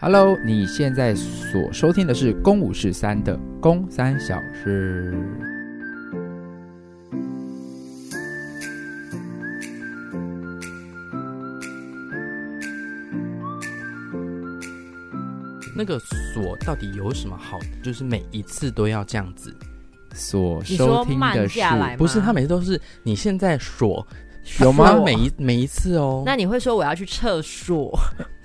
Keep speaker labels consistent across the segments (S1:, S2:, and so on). S1: Hello，你现在所收听的是《公五十三》的《公三小事》。
S2: 那个锁到底有什么好？就是每一次都要这样子，
S1: 所
S3: 你说
S1: 收听
S3: 慢
S1: 的是
S3: 下来吗
S2: 不是他每次都是你现在锁，
S1: 有吗
S2: 他每一每一次哦。
S3: 那你会说我要去厕所？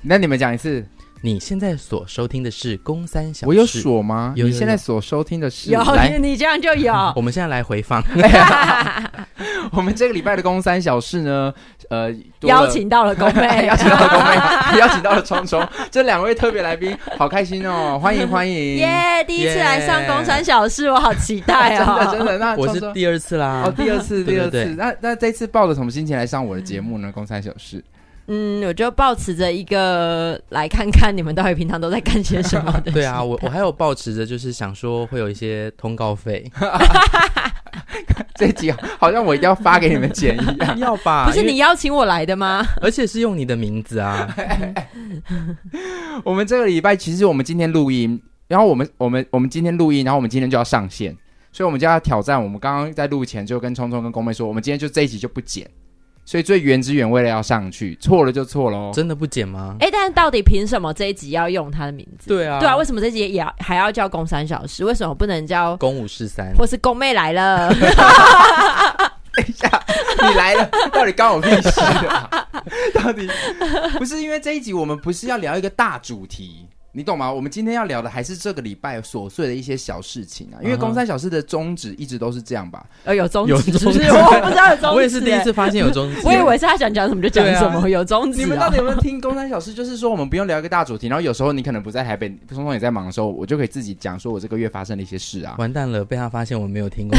S1: 那你们讲一次，
S2: 你现在所收听的是《公三小时》，
S1: 我有锁吗？
S2: 有
S1: 你
S2: 有
S1: 现在
S2: 有
S1: 所收听的是
S3: 有
S2: 哎
S1: 来，
S3: 你这样就 有。
S2: 我们现在来回 放，哎
S1: 我们这个礼拜的《公三小事》呢，呃，多了
S3: 邀请到了宫 妹，
S1: 邀请到了公妹， 邀请到了聪聪，这两位特别来宾，好开心哦！欢迎欢迎， 啊
S3: 耶！第一次来上
S2: 耶
S3: 宫山小事，我好期待
S1: 真的
S3: 哦。
S1: 真的，那
S2: 我
S1: 聪
S2: 是
S1: 聪
S2: 第二次
S1: 哦
S2: 啦。
S1: 第二次
S2: 对
S1: 第
S2: 对
S1: 二次
S2: 对，
S1: 那那这次抱着什么心情来上我的节目呢？《公三小事》
S3: 嗯，我就抱持着一个来看看你们到底平常都在干些什么的。
S2: 对啊，我我还有抱持着就是想说会有一些通告费，
S1: 这一集好像我一定要发给你们剪一样。
S2: 要吧？
S3: 不是
S2: 因为
S3: 你，邀请我来的吗？
S2: 而且是用你的名字啊。
S1: 我们这个礼拜其实我们今天录音，然后我们我们我们今天录音，然后我们今天就要上线，所以我们就要挑战。我们刚刚在录前就跟聪聪跟公妹说，我们今天就这一集就不剪，所以最原汁原味的要上去，错了就哦错喽。
S2: 真的不剪吗？
S3: 哎，但是到底凭什么这一集要用他的名字？
S2: 对啊，
S3: 对啊，为什么这集也要还要叫宫山小事？为什么不能叫
S2: 公五十三，
S3: 或是宫妹来 了？
S1: 等一下，你来了， 到底关我屁事啊？到底不是因为这一集我们不是要聊一个大主题，你懂吗？我们今天要聊的还是这个礼拜琐碎的一些小事情啊，因为
S2: 嗯哼
S1: 公三小事的宗旨一直都是这样吧？
S3: 呃，有宗
S2: 有
S3: 旨是不
S2: 宗
S3: 是？
S2: 旨
S3: 我不知道有宗旨。，
S2: 我也是第一次发现有中
S3: 我以为是他想讲什么就讲
S2: 对啊
S3: 什么，有宗旨。
S1: 你们到底有没有听公三小事？就是说我们不用聊一个大主题，然后有时候你可能不在台北，聪聪也在忙的时候，我就可以自己讲说我这个月发生的一些事啊。
S2: 完蛋了，被他发现我没有 听过。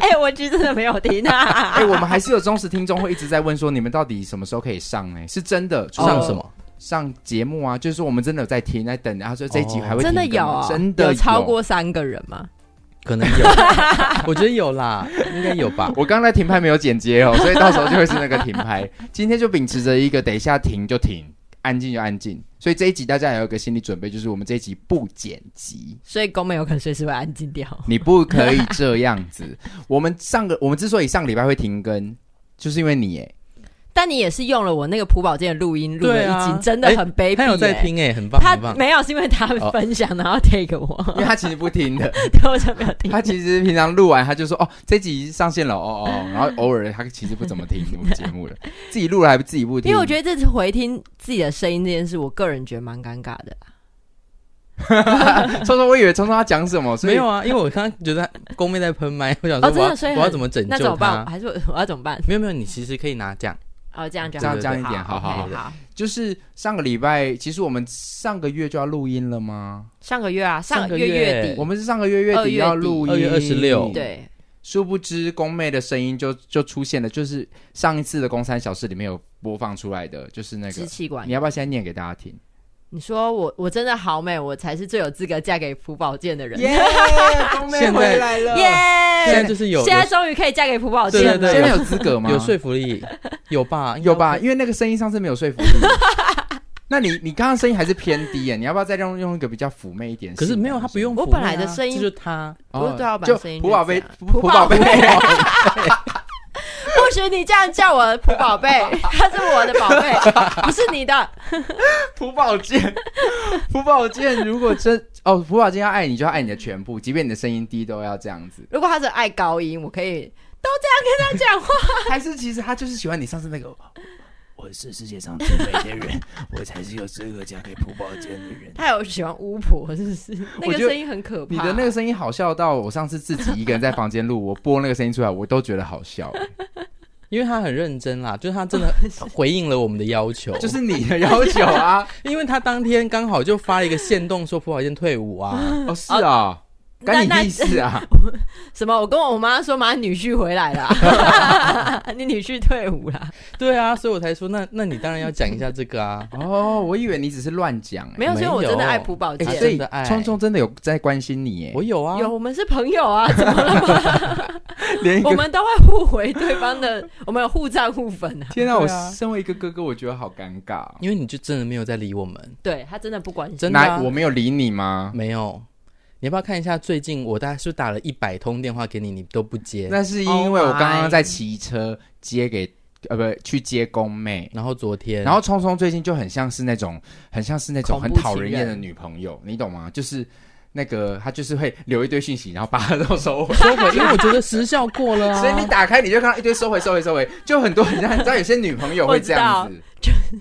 S3: 哎、我其实真的没有听啊。
S1: 哎、我们还是有忠实听众会一直在问说你们到底什么时候可以上、呢？是真的，就是
S2: 上什么？
S1: 哦上节目啊，就是说我们真的有在听，在等，然后说这一集还会
S3: 真的
S1: 停更
S3: 有
S1: 吗哦
S3: 啊，
S1: 真的
S3: 有超。过三个人吗？
S2: 可能 有，我觉得有啦，应该有吧。
S1: 我刚才停拍没有剪接哦，所以到时候就会是那个停拍。今天就秉持着一个等一下停就停，安静就安静。所以这一集大家也有一个心理准备，就是我们这一集不剪辑，
S3: 所以公妹有可能随时会安静掉。
S1: 你不可以这样子。我们上个我们之所以上个礼拜会停更，就是因为你哎，
S3: 但你也是用了我那个朴宝剑的录音录了
S2: 对
S3: 一集，
S2: 啊
S3: 真的很卑鄙、
S2: 他有在
S3: 哎。
S2: 听哎、很棒
S3: 他
S2: 很棒。
S3: 没有，是因为他
S2: 哦
S3: 分享，然后 take
S1: 因为
S3: 我，
S1: 他其实不听 的，
S3: 对，我就没有听。
S1: 他其实平常录完他就说哦这集上线了哦哦，然后偶尔他其实不怎么听我们节目了， 自己录了还不自己不听，
S3: 因为我觉得这次回听自己的声音这件事，我个人觉得蛮尴尬的。
S1: 聪聪，我以为聪聪要讲什么，所以
S2: 没有 啊，因为我刚刚觉得公妹在喷麦，我想说
S3: 哦真
S2: 我
S3: 的
S2: 要、
S3: 所以很
S2: 我要怎么拯
S3: 那怎么
S2: 救
S3: 办？
S2: 他？
S3: 还是我我要怎么办？
S2: 没有没有，你其实可以拿 奖，
S3: 哦，这样就
S1: 这样
S3: 好
S1: 这样一点好
S3: 好
S1: 好
S3: OK，
S2: 好
S1: 就是上个礼拜，其实我们上个月就要录音了吗？
S3: 上个月啊，上
S2: 上
S3: 个
S2: 个
S3: 月
S2: 月
S3: 月底，
S1: 我们是上个月月
S3: 二月
S1: 底
S3: 底
S1: 要录音，
S2: 二月26
S3: 对
S1: 殊不知宫妹的声音就就出现了，就是上一次的《公三小事》里面有播放出来的，就是那
S3: 支
S1: 个，
S3: 气管
S1: 你要不要现在念给大家听？
S3: 你说我我真的好美，我才是最有资格嫁给朴宝剑的人。耶、！
S1: 宫
S2: 妹回
S1: 来了
S2: 现在就是有
S3: 现在终于可以嫁给朴宝剑了。
S2: 对对
S1: 现在 有资格吗？
S2: 有有说服力，有吧？应该
S1: 有吧？
S2: 会？
S1: 因为那个声音上次没有说服 力。那你你刚刚声音还是偏低耶，你要不要再用用一个比较妩媚一点的声音？哦
S2: 可是没有，他不用、
S3: 我本来的声音
S2: 这就是他，
S3: 不是对啊
S1: 就
S3: 把声音
S1: 朴宝贝
S3: 就这样，
S1: 朴宝贝，
S3: 不许你这样叫我朴宝贝， 他是我的宝贝， 不是你的。
S1: 朴 宝剑，朴宝剑，如果真哦，朴宝剑要爱你，就要爱你的全部，即便你的声音低，都要这样子。
S3: 如果他是爱高音，我可以都这样跟他讲话。
S1: 还是其实他就是喜欢你上次那个，
S4: 我是世界上最美的人，我才是有资格嫁给朴宝剑的人。
S3: 他有喜欢巫婆是不是？ 那
S1: 我
S3: 个
S1: 觉得
S3: 声音很可怕。
S1: 你的那个声音好笑到我上次自己一个人在房间录，我播那个声音出来，我都觉得好笑。
S2: 因为他很认 真啦，就是他真的回应了我们的要求，
S1: 就是你的要求啊，
S2: 因为他当天刚好就发了一个线动说朴宝剑退伍啊，
S1: 哦是啊，干你
S3: 那
S1: 屁事啊！。
S3: 什么？我跟我妈说，妈女婿回来啦，你女婿退伍啦，
S2: 对啊，所以我才说，那那你当然要讲一下这个啊
S1: 哦，我以为你只是乱讲、欸，
S3: 没有，所以我真的爱
S2: 没有
S3: 朴宝
S2: 哎
S3: 剑。
S1: 所以
S2: 真的爱
S1: 聪聪真的有在关心你耶，
S2: 我有啊，
S3: 有，我们是朋友啊，怎么了吗？
S1: 连一
S3: 我
S1: 个
S3: 们都会互回对方的，我们有互赞互粉啊。
S1: 天啊！我
S2: 对啊
S1: 身为一个哥哥，我觉得好尴尬。哦
S2: 因为你就真的没有在理我们，
S3: 对他真的不关心，
S2: 真的啊、
S1: 哪我没有理你 吗？
S2: 没有。你要不要看一下最近我大概是不是打了一百通电话给你，你都不接？
S1: 那是因为我
S3: Oh my
S1: 刚刚在骑车接给呃不去接宫妹，
S2: 然后昨天，
S1: 然后聪聪最近就很像是那种很像是那种很
S2: 嗯恐怖
S1: 讨人
S2: 情
S1: 厌
S2: 人
S1: 的女朋友，你懂吗？就是那个她就是会留一堆讯息，然后把它都收回。
S2: 收回，因为我觉得时效过了、啊。
S1: 所以你打开你就看到一堆收回收回收回，就很多很像你知道有些女朋友会这样子，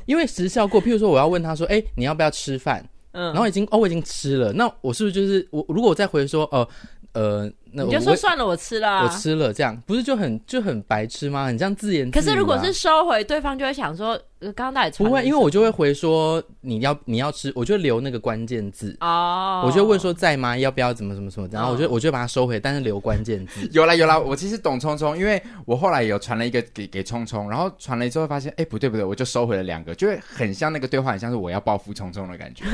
S2: 因为时效过，譬如说我要问他说，哎、你要不要吃饭？
S3: 嗯，
S2: 然后已经哦，我已经吃了，那我是不是就是我？如果我再回说，哦、呃，那
S3: 你
S2: 我
S3: 就说算了，我吃了
S2: 我
S3: 啊。
S2: 吃了，这样不是就很就很白痴吗？很像自言自
S3: 可
S2: 语啊、
S3: 是如果是收回，对方就会想说，呃刚刚到底
S2: 不
S3: 传了
S2: 会，
S3: 什
S2: 因为
S3: 么
S2: 我就会回说你要你要吃，我就留那个关键字。
S3: 哦，
S2: 我就会问说在吗？要不要怎么怎么怎么？然后我就
S3: 哦
S2: 我就把它收回，但是留关 键字。
S1: 有啦有啦，我其实懂聪聪，因为我后来有传了一个给给聪聪，然后传了之后发现，哎、不对不对，我就收回了两个，就会很像那个对话，很像是我要报复聪聪的感 觉。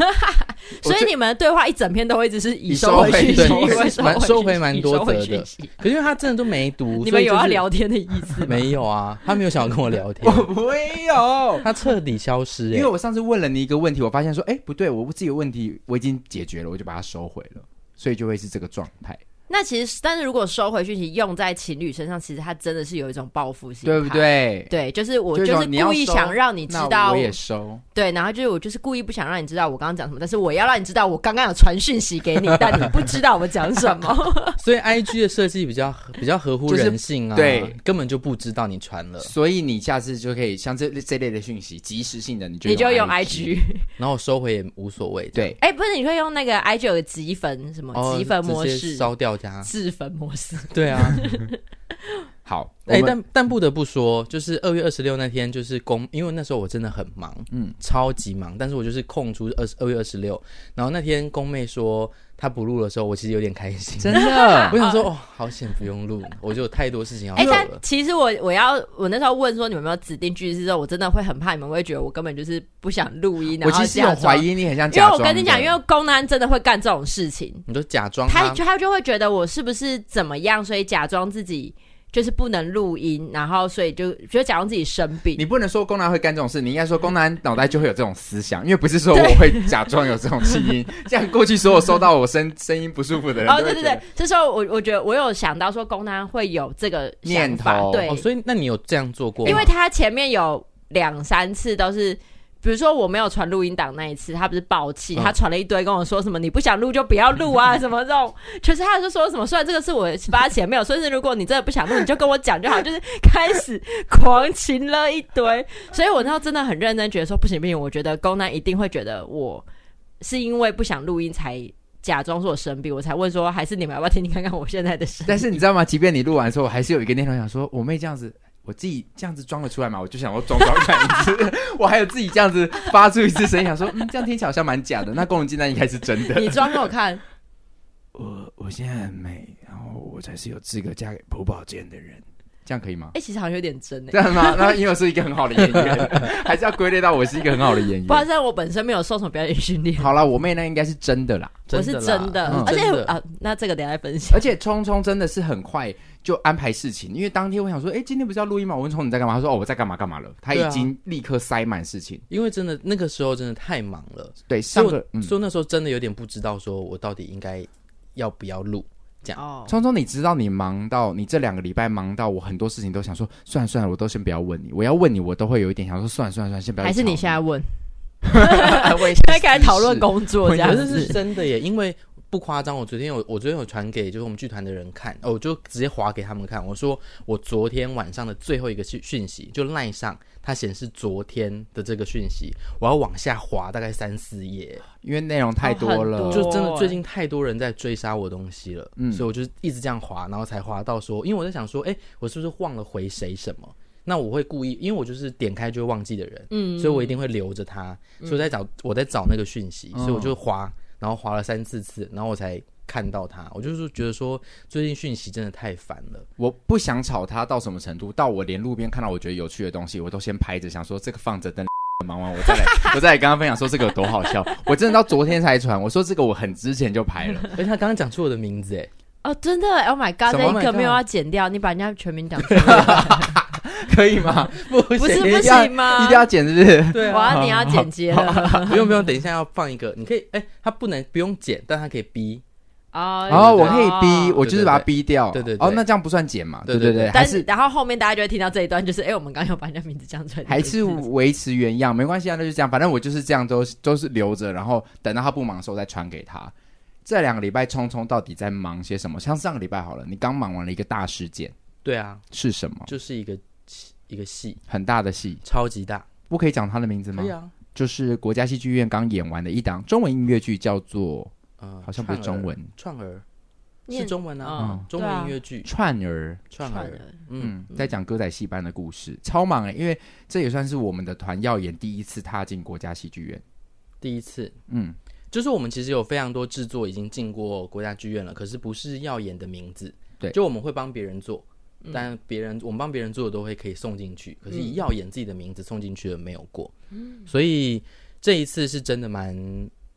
S3: 所以
S1: 我
S3: 你们的对话一整篇都会只是以
S1: 以收
S3: 收回
S1: 回
S3: 讯
S1: 对
S3: 息，以为
S2: 蛮收回
S3: 讯
S2: 蛮
S3: 息
S2: 多
S3: 收回
S2: 则
S3: 讯
S2: 的
S3: 息
S2: 可是因为他真的都没读，
S3: 你
S2: 所
S3: 们
S2: 以
S3: 有
S2: 就是
S3: 要聊天的意思 吗？
S2: 没有啊？他没有想要跟我聊 天
S1: 我，哦没有，
S2: 他彻底消失、
S1: 因为
S2: 欸。
S1: 我上次问了你一个问题，我发现说，哎、不对，我自己的问题我已经解决了，我就把它收回了，所以就会是这个状态，
S3: 那其实，但是如果收回讯息用在情侣身上，其实他真的是有一种报复心，
S1: 对不？对？
S3: 对，就是我
S1: 就
S3: 就是是
S1: 你要
S3: 故意
S1: 收
S3: 想让你知
S1: 那
S3: 道
S1: 我，也收，
S3: 对，然后就是我就是故意不想让你知道我刚刚讲什么，但是我要让你知道我刚刚有传讯息给你，但你不知道我讲什么。
S2: 所以 I G 的设计比较 比较合乎
S1: 就是
S2: 人性啊，
S1: 对，
S2: 根本就不知道你传了。
S1: 所以你下次就可以像这这类的讯息，及时性的你就
S3: 你就用
S1: IG，
S3: IG，
S2: 然后我收回也无所谓，
S1: 对，
S3: 哎、不是，你会用那个 IG 有个集粉什么
S2: 哦，
S3: 集粉模
S2: 直接
S3: 式、
S2: 烧掉它。
S3: 自粉模式，
S1: 哦
S2: 对啊，
S1: 好，
S2: 哎、
S1: 我们
S2: 但但不得不说，就是二月二十六那天，就是公，因为那时候我真的很忙，
S1: 嗯
S2: 嗯，超级忙，但是我就是空出二二月二十六，然后那天公妹说她不录的时候，我其实有点开心，
S1: 真的
S2: 我想说哦，好险不 用录，我就有太多事情要
S3: 啊哎、
S2: 做
S3: 但
S2: 了。
S3: 其实我我要我那时候问说你们有没有指定句式之后，我真的会很怕你们会觉得我根本就是不想录音，然
S1: 我
S3: 后
S1: 其实
S3: 假
S1: 有怀
S3: 装，
S1: 疑你很像
S3: 因为
S1: 假
S3: 我
S1: 装的，
S3: 跟你讲，因为公安真的会干这种事情，
S2: 你就假装啊
S3: 他
S2: 她
S3: 就他就会觉得我是不是怎么样，所以假装自己就是不能录音，然后所以就就假装自己生病
S1: 你。不能说公男会干这种事，你应该说公男脑袋就会有这种思想，因为不是说我会假装有这种气音，这样过去所有收到我声声音不舒服的人，
S3: 哦，对对对，，这时候我我觉得我有想到说公安会有这个想
S1: 念
S3: 法
S1: 头
S3: 对，
S2: 哦，所以那你有这样做过吗？
S3: 因为他前面有两三次都是。比如说我没有传录音档那一次，他不是爆气，
S2: 嗯
S3: 他传了一堆跟我说什么你不想录就不要录 啊，什么这种，就是他就说什么，虽然这个是我发钱没有，所以如果你真的不想录，你就跟我讲就好，就是开始狂情了一堆，所以我那时候真的很认真觉得说不行不行，我觉得公男一定会觉得我是因为不想录音才假装说我生病，我才问说还是你们要不要听听看看我现在的 声音，
S1: 但是你知道吗？即便你录完之后，我还是有一个念头想说，我妹这样子。我自己这样子装得出来嘛？我就想我装装看一次，我还有自己这样子发出一次声音，想说嗯，这样听起来好像蛮假的。那功能鸡蛋应该是真的。
S3: 你装给我看，
S4: 我我现在很美，然后我才是有资格嫁给朴宝剑的人。
S1: 这样可以吗
S3: 哎、？其实好像有点真哎、
S1: 这样吗？那因为我是一个很好的演员，还是要归类到我是一个很好的演
S3: 不然
S1: 员。
S3: 在我本身没有受什么表演训练，
S1: 好了，我妹那应该是真的啦。
S3: 我
S2: 真
S3: 是
S2: 的啦
S3: 真的，
S2: 嗯
S3: 而且
S2: 真的
S3: 啊，那这个等一下再分享
S1: 而。且聪聪真的是很快就安排事情，因为当天我想说，哎、今天不是要录音吗？我问聪你在干嘛？他说哦，我在干嘛干嘛了。他
S2: 对啊
S1: 已经立刻塞满事情。
S2: 因为真的那个时候真的太忙了，
S1: 对，
S2: 所
S1: 上
S2: 以
S1: 个
S2: 我
S1: 嗯，
S2: 所以那时候真的有点不知道，说我到底应该要不 要录。
S3: 哦，
S1: 聪聪，你知道你忙到你这两个礼拜忙到我很多事情都想说，算了算了，我都先不要问你，我要问你，我都会有一点想说，算了算了算了，先不要。
S3: 还是你 现在
S1: 在
S3: 问，
S1: 我也
S3: 现在开始讨论工作这样
S2: 可是是
S3: 子。
S2: 真的耶，因为不夸张，我昨天有我昨天有传给就是我们剧团的人看，哦，我就直接划给他们看，我说我昨天晚上的最后一个讯讯息就赖上，它显示昨天的这个讯息，我要往下滑大概三四页，
S1: 因为内容太多了，
S3: 哦很多
S2: 就真的最近太多人在追杀我东西了，
S1: 嗯
S2: 所以我就一直这样滑，然后才滑到说，因为我在想说，哎、我是不是忘了回谁什么？那我会故意，因为我就是点开就会忘记的人，
S3: 嗯
S2: 所以我一定会留着它，所以我在找我在找那个讯息，
S1: 嗯
S2: 所以我就滑，然后滑了三四次，然后我才看到他，我就是觉得说最近讯息真的太烦了。
S1: 我不想吵他到什么程度，到我连路边看到我觉得有趣的东西，我都先拍着，想说这个放着等 忙完我再 来，我再来跟他分享说这个有多好笑。我真的到昨天才传，我说这个我很之前就拍 了，
S2: 而哎且他刚刚讲出我的名字，哎，
S3: 哦，真的，Oh my God，
S1: 什
S3: 这
S1: 么
S3: 一个
S2: Oh my
S3: 没有
S2: God
S3: 要剪掉，你把人家全名讲 出
S1: 可以吗？
S2: 不
S3: 不是
S2: 行
S3: 不
S1: 一定要
S3: 行吗？
S1: 一定要剪是不是？
S2: 对
S3: 我
S2: 啊，
S3: 要你要剪接了
S2: 不用不用，等一下要放一个，你可以，哎、他不能不用剪，但他可以逼，
S3: 哦
S1: 然后我可以逼，我就是把它
S2: 哦对对对
S1: 逼掉。
S2: 对对对
S1: 哦，那这样不算剪嘛？
S2: 对
S1: 对
S2: 对对
S1: 对，还
S3: 但
S1: 是
S3: 然后后面大家就会听到这一段，就是哎，我们刚刚有把人家名字讲出来，
S1: 还是维持原样，没关系啊，那就这样。反正我就是这样都，是都是留着，然后等到他不忙的时候再传给他。这两个礼拜，聪聪到底在忙些什么？像上个礼拜好了，你刚忙完了一个大事件
S2: 对啊，
S1: 是什么？
S2: 就是一个戏一个戏，
S1: 很大的戏，
S2: 超级大，
S1: 不可以讲他的名字吗？
S2: 可以啊，
S1: 就是国家戏剧院刚演完的一档中文音乐剧，叫做
S2: 嗯，
S1: 好像不是中文，
S2: 串儿，
S3: 念
S2: 是中文啊，
S3: 嗯
S2: 中
S3: 对啊
S2: 文音乐剧
S1: 《串儿》。
S2: 串
S3: 串
S2: 儿
S3: 儿，
S2: 嗯，
S1: 嗯，在讲歌仔戏班的故事，超忙哎、因为这也算是我们的团耀演第一次踏进国家戏剧院。
S2: 第一次。
S1: 嗯，
S2: 就是我们其实有非常多制作已经进过国家剧院了，可是不是耀眼的名字。
S1: 对
S2: 就我们会帮别人做，
S3: 嗯
S2: 但别人我们帮别人做的都会可以送进去，可是以耀眼自己的名字送进去的没有过。
S3: 嗯
S2: 所以这一次是真的蛮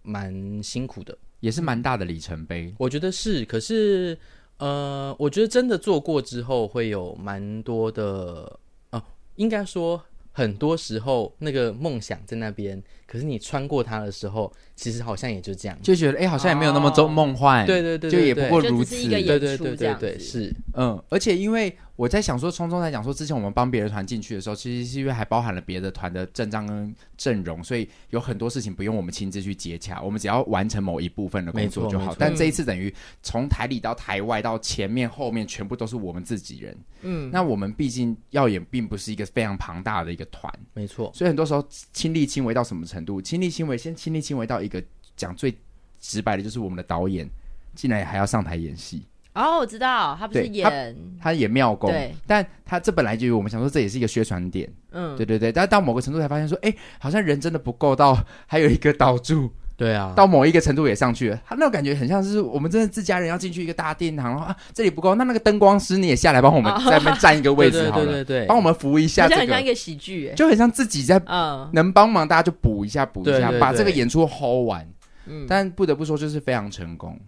S2: 蛮辛苦的，
S1: 也是蛮大的里程碑。
S2: 我觉得是。可是呃，我觉得真的做过之后会有蛮多的，呃，应该说。很多时候，那个梦想在那边，可是你穿过它的时候，其实好像也就这样。
S1: 就觉得哎、诶好像也没有那么中
S3: 哦
S1: 梦幻，
S2: 对对对
S1: 就
S2: 对
S1: 也
S2: 对
S1: 不过
S3: 就只
S1: 如
S3: 是
S1: 此，
S3: 一个演
S2: 对对
S3: 出
S2: 对
S3: 这
S2: 对
S3: 样
S2: 对，
S3: 子
S2: 是
S1: 嗯，而且因为我在想说，聪聪在讲说，之前我们帮别的团进去的时候，其实是因为还包含了别的团的阵仗跟阵容，所以有很多事情不用我们亲自去接洽，我们只要完成某一部分的工作
S2: 没错
S1: 就
S2: 没
S1: 好
S2: 错。
S1: 但这一次等于从台里到台外到前面后面，全部都是我们自己人。嗯，那我们毕竟耀眼并不是一个非常庞大的一个团，
S2: 没错，
S1: 所以很多时候亲力亲为到什么程度？亲力亲为，先亲力亲为到一个讲最直白的，就是我们的导演竟然还要上台演戏，
S3: 哦，我知道，他不是
S1: 对他
S3: 演，
S1: 他也妙功
S3: 对，
S1: 但他这本来就有我们想说这也是一个宣传点，
S3: 嗯，
S1: 对对对，但到某个程度才发现说，哎，好像人真的不够到，还有一个岛主
S2: 对啊，
S1: 到某一个程度也上去了，他那种感觉很像是我们真的自家人要进去一个大殿堂，然后啊这里不够，那那个灯光师你也下来帮我们在那边占一个位
S2: 对
S1: 置
S2: 对
S1: 好
S2: 啊对
S1: 了，
S2: 对对，
S1: 帮我们扶一下
S3: 好像
S1: 这
S3: 很像一
S1: 个，
S3: 个喜剧，哎
S1: 就很像自己在
S3: 嗯，
S1: 能帮忙大家就补一下，补一
S2: 对
S1: 下，
S2: 对
S1: 把
S2: 对
S1: 这个演出 hold 完。
S3: 嗯
S1: 但不得不说，就是非常成功，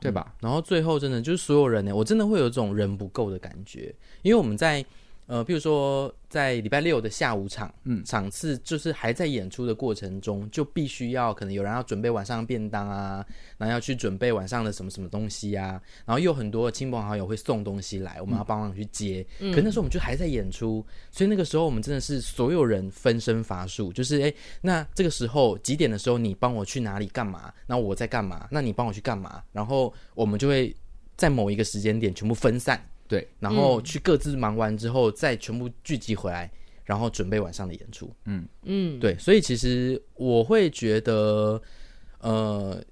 S1: 对吧？
S2: 然后最后真的就是所有人呢，我真的会有一种人不够的感觉，因为我们在呃，比如说在礼拜六的下午场，
S1: 嗯
S2: 场次就是还在演出的过程中，就必须要可能有人要准备晚上的便当啊，然后要去准备晚上的什么什么东西啊，然后又有很多亲朋好友会送东西来，我们要帮忙去接。可那时候我们就还在演出，所以那个时候我们真的是所有人分身乏术，就是哎，诶那这个时候几点的时候你帮我去哪里干嘛？那我在干嘛？那你帮我去干嘛？然后我们就会在某一个时间点全部分散，
S1: 对，
S2: 然后去各自忙完之后再全部聚集回来，然后准备晚上的演出。
S3: 嗯，
S2: 对，所以其实我会觉得，呃，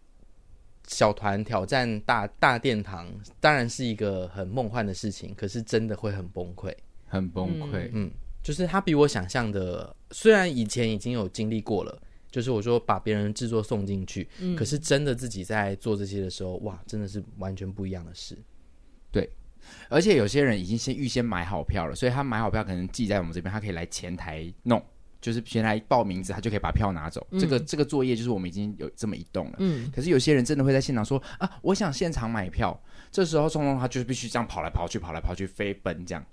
S2: 小团挑战大大殿堂，当然是一个很梦幻的事情，可是真的会很崩溃。
S1: 很崩溃。
S2: 嗯，就是它比我想象的，虽然以前已经有经历过了。就是我说把别人制作送进去，
S1: 嗯
S2: 可是真的自己在做这些的时候，哇，真的是完全不一样的事。
S1: 而且有些人已经先预先买好票了，所以他买好票可能寄在我们这边，他可以来前台弄，就是前台报名字，他就可以把票拿走。这个这个作业就是我们已经有这么一动了。
S3: 嗯，
S1: 可是有些人真的会在现场说啊，我想现场买票。这时候聪聪他就是必须这样跑来跑去，跑来跑去飞奔这样。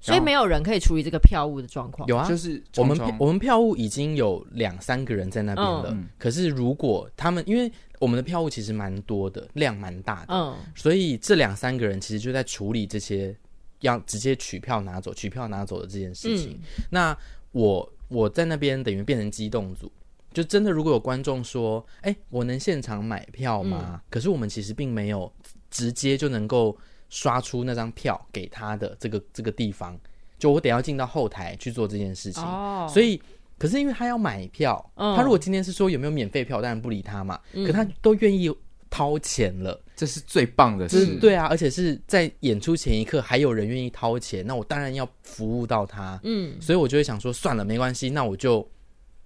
S3: 所以没有人可以处理这个票务的状况，
S2: 有啊，
S1: 就是
S2: 我们
S1: 聪聪
S2: 我们票务已经有两三个人在那边了，
S1: 嗯
S2: 可是如果他们因为我们的票务其实蛮多的，量蛮大的，
S3: 嗯，
S2: 所以这两三个人其实就在处理这些要直接取票拿走、取票拿走的这件事情。那我我在那边等于变成机动组，就真的如果有观众说：“哎、我能现场买票吗？”
S3: 嗯
S2: 可是我们其实并没有直接就能够刷出那张票给他的这个这个地方，就我得要进到后台去做这件事情。
S3: 哦，
S2: 所以，可是因为他要买票，
S3: 嗯
S2: 他如果今天是说有没有免费票，当然不理他嘛。可他都愿意掏钱
S3: 嗯
S2: 了，
S1: 这是最棒的
S2: 就是
S1: 事，
S2: 对啊，而且是在演出前一刻还有人愿意掏钱，那我当然要服务到他。
S3: 嗯，
S2: 所以我就会想说，算了，没关系，那我就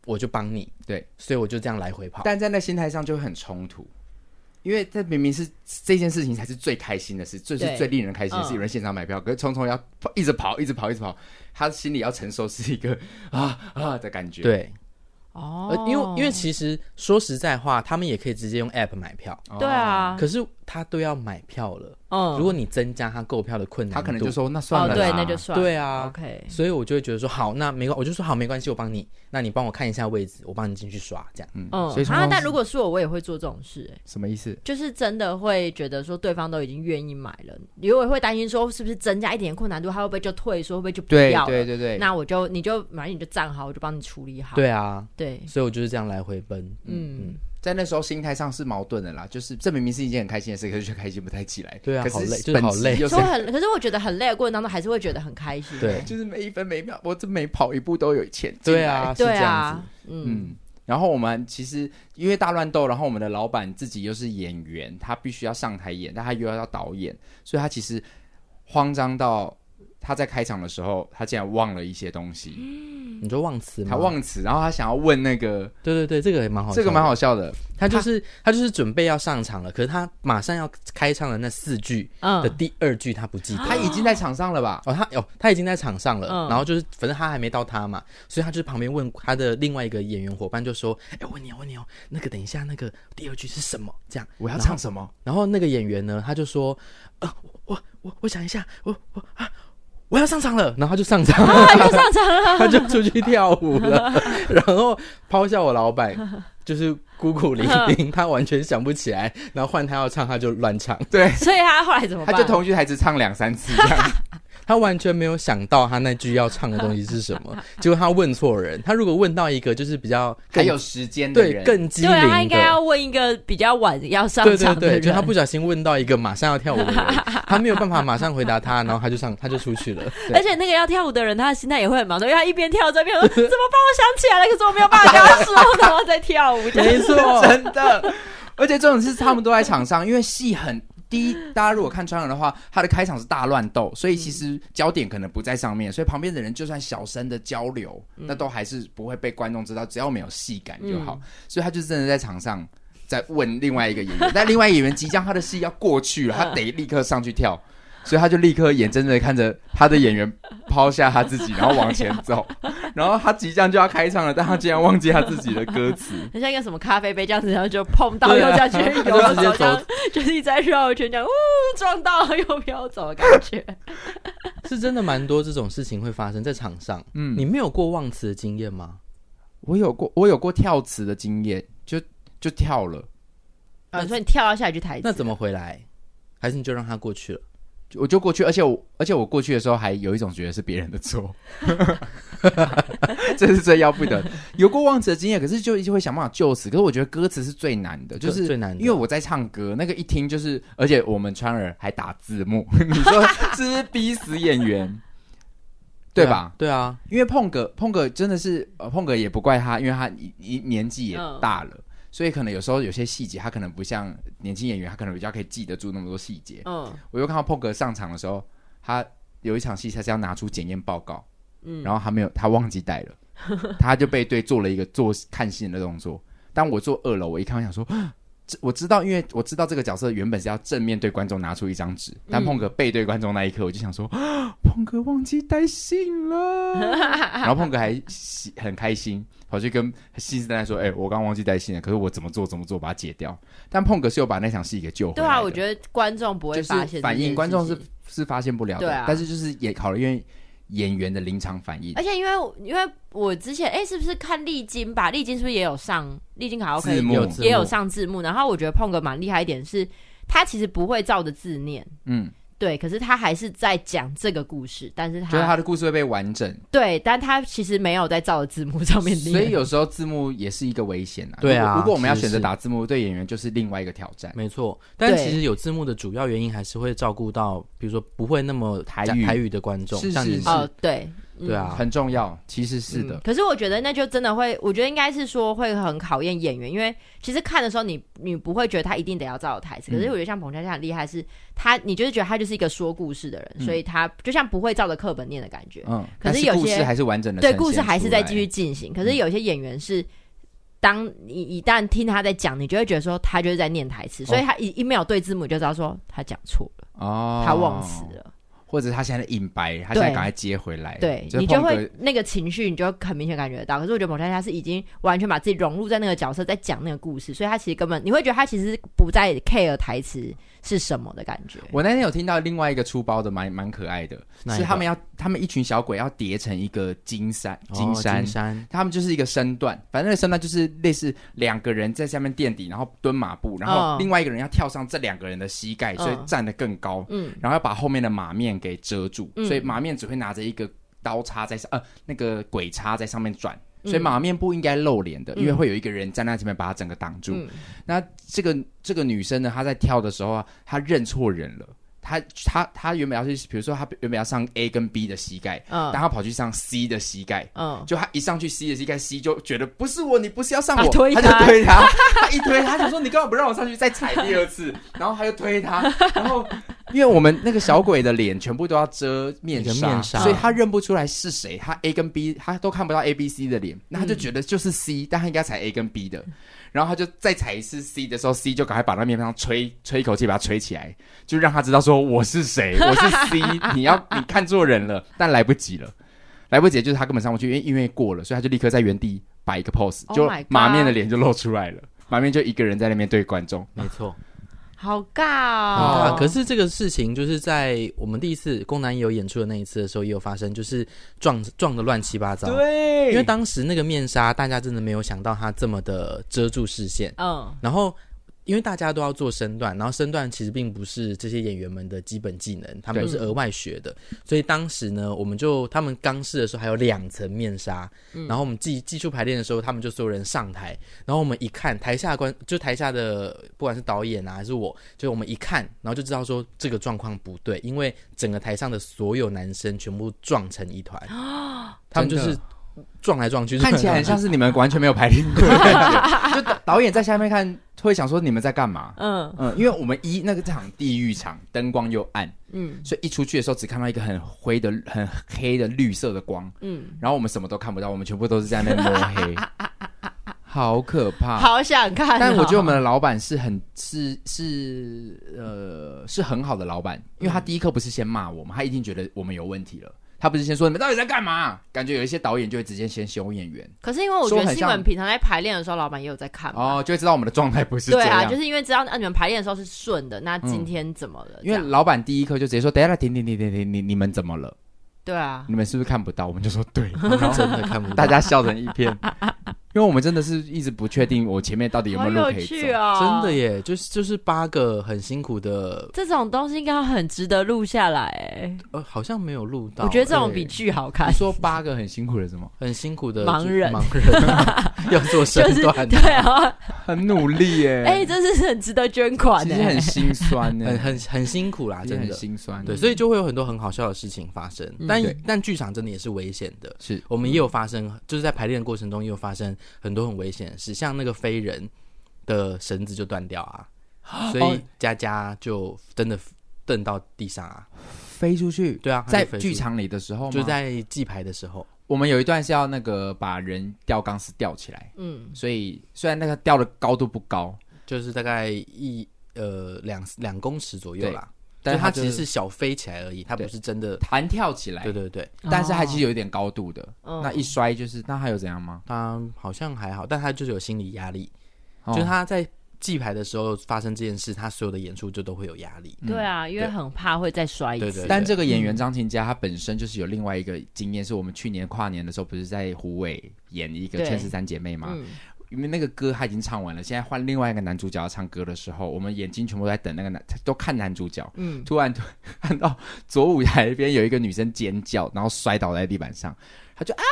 S2: 我就帮你。
S1: 对，
S2: 所以我就这样来回跑。
S1: 但在那心态上就会很冲突。因为这明明是这件事情才是最开心的事，最是
S3: 对
S1: 最令人开心的
S3: 嗯
S1: 事，有人现场买票，可是聪聪要跑一直跑，一直跑，一直跑，他心里要承受是一个 啊啊的感觉。，
S2: 对，呃
S3: 哦，
S2: 因为因为其实说实在话，他们也可以直接用 app 买票，
S1: 哦
S3: 对，啊，
S2: 可是他都要买票了，
S3: 嗯，
S2: 如果你增加他购票的困难度，
S1: 他可能就说那算
S3: 哦
S1: 了啦，
S3: 对，那就算
S2: 对啊
S3: OK，
S2: 所以我就会觉得说好，那没关，我就说好，没关系，我帮你，那你帮我看一下位置，我帮你进去刷，这样。
S3: 嗯
S1: 所以，聪
S3: 啊
S1: 聪，
S3: 但
S1: 是
S3: 如果是我，我也会做这种事、欸，
S1: 什么意思？
S3: 就是真的会觉得说对方都已经愿意买了，因为我会担心说是不是增加一点困难度，他会不会就退缩，会不会就不
S1: 对
S3: 要了？
S1: 对对对，
S3: 那我就你就反正你就站好，我就帮你处理好。
S2: 对啊，
S3: 对，
S2: 所以我就是这样来回奔。
S3: 嗯，
S1: 在那时候心态上是矛盾的啦，就是这明明是一件很开心的事，可是却开心不太起来。
S2: 对啊
S1: 可是
S2: 好累就是
S1: 本
S2: 好
S1: 质
S2: 累
S1: 又是
S3: 所以很，可是我觉得很累的过程当中，还是会觉得很开心。
S2: 对
S1: 就是每一分每一秒，我这每跑一步都有钱。
S2: 对，啊，是 这
S3: 对
S2: 样
S3: 啊
S2: 子。，
S3: 嗯，
S1: 嗯。然后我们其实因为大乱斗，然后我们的老板自己又是演员，他必须要上台演，但他又要要导演，所以他其实慌张到他在开场的时候，他竟然忘了一些东
S3: 嗯
S1: 西，
S2: 你就忘词吗？
S1: 他，忘词，然后他想要问那个，
S2: 对对对，这个也蛮好，
S1: 这个蛮。好笑的，
S2: 他就是他就是准备要上场了，可是他马上要开唱的那四句的
S3: 嗯，
S2: 第二句他不记得。
S1: 他已经在场上了吧？
S2: 哦，他哦，他已经在场上了，
S3: 嗯
S2: 然后就是反正他还没到他嘛，所以他就是旁边问他的另外一个演员伙伴，就说：“哎，我问你哦，我问你哦，那个等一下那个第二句是什么？”这样，
S1: 我要
S2: 然后
S1: 唱什么？
S2: 然后那个演员呢，他就说：“呃，我我我我想一下，我我啊，我要上场了。”然后他就上场了，
S3: 啊，又上场了，
S2: 他就出去跳舞了， 然后抛下我老板，就是孤苦伶仃，
S3: 嗯
S2: 他完全想不起来，然后换他要唱，他就乱唱，
S1: 对，
S3: 所以他后来怎么
S1: 他
S3: 办？
S1: 就同一句台词唱两三次这 样。
S2: 他完全没有想到他那句要唱的东西是什 么，结果他问错人，他如果问到一个就是比较
S1: 还
S2: 更
S1: 有时间的
S2: 对
S1: 人，
S2: 更机灵
S3: 对啊，他应该要
S2: 的。
S3: 问一个比较晚要上
S2: 对对
S3: 场的
S2: 对，
S3: 人。
S2: 就他不小心问到一个马上要跳舞的 人，他没有办法马上回答他，然后他就上他就出去了。
S1: 对
S3: 而且那个要跳舞的人，他的心态也会很矛盾，因为他一边 跳这边说怎么办？我想起来了，可是我没有办法跟他说，然后再跳舞。这 样
S2: 没错，
S1: 真的。而且这种是他们都在场上，因为戏很第一，大家如果看川人的话，他的开场是大乱斗，所以其实焦点可能不在上面，所以旁边的人就算小声的交流，那都还是不会被观众知道，只要没有戏感就好。所以他就真的在场上在问另外一个演 员，但另外一个演员即将他的戏要过去了，他得立刻上去跳。所以他就立刻眼睁睁的看着他的演员抛下他自己，然后往前走，然后他即将就要开唱了，但他竟然忘记他自己的歌词。
S3: 很像一个什么咖啡杯这样子，然后就碰到又
S2: 对啊
S3: 下去，
S2: 他就
S3: 游
S2: 直接
S3: 走，
S2: 走
S3: 这样就是一直在绕一圈，这样呜撞到又飘走的感 觉。
S2: 是真的蛮多这种事情会发生在场上。
S1: 嗯
S2: 你没有过忘词的经验吗？
S1: 我有过，我有过跳词的经验，就就跳了，
S2: 啊
S3: 你说你跳到下一句台词，
S2: 那怎么回来？还是你就让他过去了？
S1: 就我就过去，而且我而且我过去的时候还有一种觉得是别人的错， 这是最要不得。有过忘词的经验，可是就就会想办法救死。可是我觉得歌词是最难的，就是
S2: 最最难的
S1: 因为我在唱歌，那个一听就是，而且我们川儿还打字幕， 你说是不是逼死演员？对吧？
S2: 啊？对啊，
S1: 因为碰哥，碰哥真的是，呃，碰哥也不怪他，因为他一一年纪也大了，所以可能有时候有些细节，他可能不像年轻演员，他可能比较可以记得住那么多细节。
S3: 嗯
S1: 我又看到碰哥上场的时候，他有一场戏，他是要拿出检验报告，
S3: 嗯，
S1: 然后他没有，他忘记带 了，他就背对做了一个做看戏的动作。当我坐二楼，我一看，我想说。 这我知道，因为我知道这个角色原本是要正面对观众拿出一张纸，但
S3: 嗯
S1: 碰哥背对观众那一刻，我就想说， 碰哥忘记带信 了。然后碰哥还喜很开心，跑去跟信誓旦旦说：“哎、我刚忘记带信了，可是我怎么做怎么做把它解掉。”但碰哥是有把那场戏给救回
S3: 对
S1: 来的
S3: 啊，我觉得观众不会
S1: 就
S3: 发
S1: 是
S3: 现
S1: 反
S3: 这件
S1: 应
S3: 事
S1: 观众是
S3: 情。
S1: 是发现不了的，
S3: 对啊哎
S1: 但是就是也考虑因为演员的临场反应
S3: 而。且因为我因为我之前哎、是不是看丽晶吧？丽晶是不是也有上丽晶卡拉 OK
S1: 字幕
S2: 有字幕
S3: 也有上字幕？然后我觉得碰哥蛮厉害一点是，他其实不会照着字念，
S1: 嗯，
S3: 对，可是他还是在讲这个故事，但是他
S1: 就是他的故事会被完 整，
S3: 对，但他其实没有在照着字幕上面念，
S1: 所以有时候字幕也是一个危险啊。
S2: 对
S1: 如
S2: 啊
S1: 果如果我们要选
S2: 是
S1: 择
S2: 是
S1: 打字幕，对演员就是另外一个挑战。
S2: 没错。但
S3: 对
S2: 其实有字幕的主要原因还是会照顾到，比如说不会那么
S1: 台
S2: 讲
S1: 语
S2: 台语的观众，
S1: 是
S2: 像
S1: 是
S2: 你
S1: 是
S2: 们
S3: 哦，对，嗯
S2: 对啊
S1: 很重要，其实是的
S3: 嗯。可是我觉得那就真的会，我觉得应该是说会很考验演员，因为其实看的时候你你不会觉得他一定得要照台词，可是
S1: 嗯
S3: 我觉得像彭佳佳很厉害是，他你就是觉得他就是一个说故事的人，
S1: 嗯
S3: 所以他就像不会照着课本念的感觉，
S1: 嗯，
S3: 可
S1: 但
S3: 是
S1: 是
S3: 有
S1: 故
S3: 些
S1: 事还是完整的，嗯
S3: 对，故事还是在继续。进行。可是有些演员是当你一旦听他在讲，你就会觉得说他就是在念台词，所以他一一没有对字母就知道说他讲错了，
S1: 哦，
S3: 他忘词了。
S1: 或者他现在隐白，他现在赶快接回来，
S3: 对
S1: 就
S3: 你就
S1: 碰个
S3: 会那个情绪，你就很明显感觉得到。可是我觉得某天他是已经完全把自己融入在那个角色，在讲那个故事，所以他其实根本你会觉得他其实不再 care 台词是什么的感觉。
S1: 我那天有听到另外一个出包的，蛮蛮可爱的，
S2: 哪一
S1: 是
S2: 个
S1: 他们要他们一群小鬼要叠成一个金山，金
S2: 哦
S1: 山。
S2: 金山，
S1: 他们就是一个身段，反正那个身段就是类似两个人在下面垫底，然后蹲马步，然后
S3: 嗯
S1: 另外一个人要跳上这两个人的膝盖，所以
S3: 嗯
S1: 站得更高，
S3: 嗯，
S1: 然后要把后面的马面给遮住，
S3: 嗯
S1: 所以马面只会拿着一个刀叉在上，呃，那个鬼叉在上面转，所以马面不应该露脸的，
S3: 嗯
S1: 因为会有一个人站在前面把它整个挡住。
S3: 嗯
S1: 那这个这个女生呢，她在跳的时候啊，她认错人了。她她她原本要去，比如说她原本要上 A 跟 B 的膝盖，
S3: 嗯
S1: 但她跑去上 C 的膝盖，
S3: 嗯，
S1: 就她一上去 C 的膝盖，C 就觉得不是我，你不是要上
S3: 她
S1: 我，
S3: 推
S1: 她
S3: 她
S1: 就推她，她一推她就说你干嘛不让我上去，再踩第二次，然后她就推她，然后因为我们那个小鬼的脸全部都要遮面
S2: 一
S1: 纱，
S2: 个面纱
S1: 所以她认不出来是谁，她 A 跟 B 她都看不到 A B C 的脸，那她就觉得就是 C，、但她应该踩 A 跟 B 的，然后她就再踩一次 C 的时候，C 就赶快把那面上吹吹一口气，把它吹起来，就让她知道说我是 谁，我是 C，你要你看错人了，但来不及了。来不及，就是他根本上不去，因为因为过了，所以他就立刻在原地摆一个 pose，、
S3: Oh
S1: 就
S3: my god
S1: 马面的脸就露出来了，马面就一个人在那边对观众。
S2: 没错。
S3: 好尬
S2: 啊、
S3: 哦。
S2: 可是这个事情就是在我们第一次宫南也有演出的那一次的时候，也有发生，就是撞撞的乱七八糟。，
S1: 对
S2: 因为当时那个面纱，大家真的没有想到它这么的遮住视线。
S3: 嗯
S2: 然后，因为大家都要做身段，然后身段其实并不是这些演员们的基本技能，他们都
S1: 对
S2: 是额外学的。所以当时呢，我们就他们刚试的时候还有两层面纱，
S1: 嗯
S2: 然后我们技技术排练的时候，他们就所有人上台，然后我们一看台下观就台下的不管是导演啊还是我，就我们一看，然后就知道说这个状况不对，因为整个台上的所有男生全部撞成一团，他们就
S1: 真的
S2: 是撞来撞去，
S1: 看起来很像是你们完全没有排练过的感 觉，就导导演在下面看会想说你们在干嘛？
S3: 嗯
S1: 嗯，因为我们一那个场地狱场灯光又暗，
S3: 嗯
S1: 所以一出去的时候只看到一个很灰的、很黑的绿色的光，
S3: 嗯，
S1: 然后我们什么都看不到，我们全部都是在那边摸 黑，好可怕。
S3: 好想看哦。
S1: 啊但我觉得我们的老板是很是是呃是很好的老板，因为他第一刻不是先骂我们，他一定觉得我们有问题了。他不是先说你们到底在干嘛？感觉有一些导演就会直接先修演员，
S3: 可是因为我觉
S1: 说
S3: 得
S1: 很
S3: 新闻
S1: 像
S3: 平常在排练的时候，老板也有在看嘛。
S1: 哦，就会知道我们的状态不是这
S3: 啊对
S1: 样。嗯
S3: 啊，就是因为知道啊，你们排练的时候是顺的，那今天怎么了？
S1: 因为
S3: 这样
S1: 老板第一刻就直接说：“等一下，停停停停停，你你们怎么了？
S3: 对啊，
S1: 你们是不是看不到？”我们就说：“对。
S2: 真的看不到，”
S1: 大家笑成一片，因为我们真的是一直不确定我前面到底有没
S3: 好
S1: 有路
S3: 有
S1: 可以走。
S3: 趣哦，
S2: 真的耶，就是就是八个很辛苦的，
S3: 这种东西应该很值得录下来、欸，
S2: 呃，好像没有录到。
S3: 我觉得这
S2: 哎
S3: 种比剧好看
S1: 你。说八个很辛苦的什么？
S2: 很辛苦的
S3: 盲人
S2: 盲 人啊要做 身
S3: 就是
S2: 段，
S3: 对 啊，
S1: 很努力耶、
S3: 哎、这是很值得捐款
S1: 其
S3: 的、
S1: 实很
S2: 嗯
S3: 欸。
S1: 心酸呢、
S2: 很很很辛苦啦，
S1: 其实
S2: 真
S1: 很
S2: 的。
S1: 心酸。
S2: 对，所以就会有很多很好笑的事情发生，但
S1: 对
S2: 但剧场真的也是危险的。
S1: 是
S2: 我们也有发生，就是在排练的过程中也有发生很多很危险的事，像那个飞人的绳子就断掉 啊，所
S1: 哦
S2: 以佳佳就真的蹬到地上啊。
S1: 飞出去，
S2: 对啊，她就
S1: 在
S2: 飞出
S1: 剧
S2: 去
S1: 场里的时候吗，
S2: 就在记牌的时候，
S1: 我们有一段是要那个把人吊钢丝吊起来，
S3: 嗯，
S1: 所以虽然那个吊的高度不高，
S2: 就是大概一呃两两公尺左右啦。
S1: 但
S2: 但
S1: 是它
S2: 它其
S1: 就
S2: 实
S1: 是
S2: 是小飞起来而已，它不
S1: 对
S2: 是真的。
S1: 弹跳起来
S2: 对，对对，
S1: 但是它其实
S3: 有
S1: 有一点高度的，
S3: 哦嗯
S1: 那一摔就是，那还有怎样吗？
S2: 它好像还好，但它就是有心理压力，
S1: 哦
S2: 就是他在记牌的时候发生这件事，他所有的演出就都会有压力。
S3: 对啊，因为很怕会再摔一次。
S2: 嗯对对
S1: 但这个演员张琴佳，他本身就是有另外一个经验，是我们去年跨年的时候，不是在湖尾演一个《
S3: 对
S1: 劝世三姐妹》吗？
S3: 嗯，
S1: 因为那个歌他已经唱完了，现在换另外一个男主角要唱歌的时候，我们眼睛全部都在等那个男，都看男主角。
S3: 嗯
S1: 突然突然看到左舞台那边有一个女生尖叫，然后摔倒在地板上，他就啊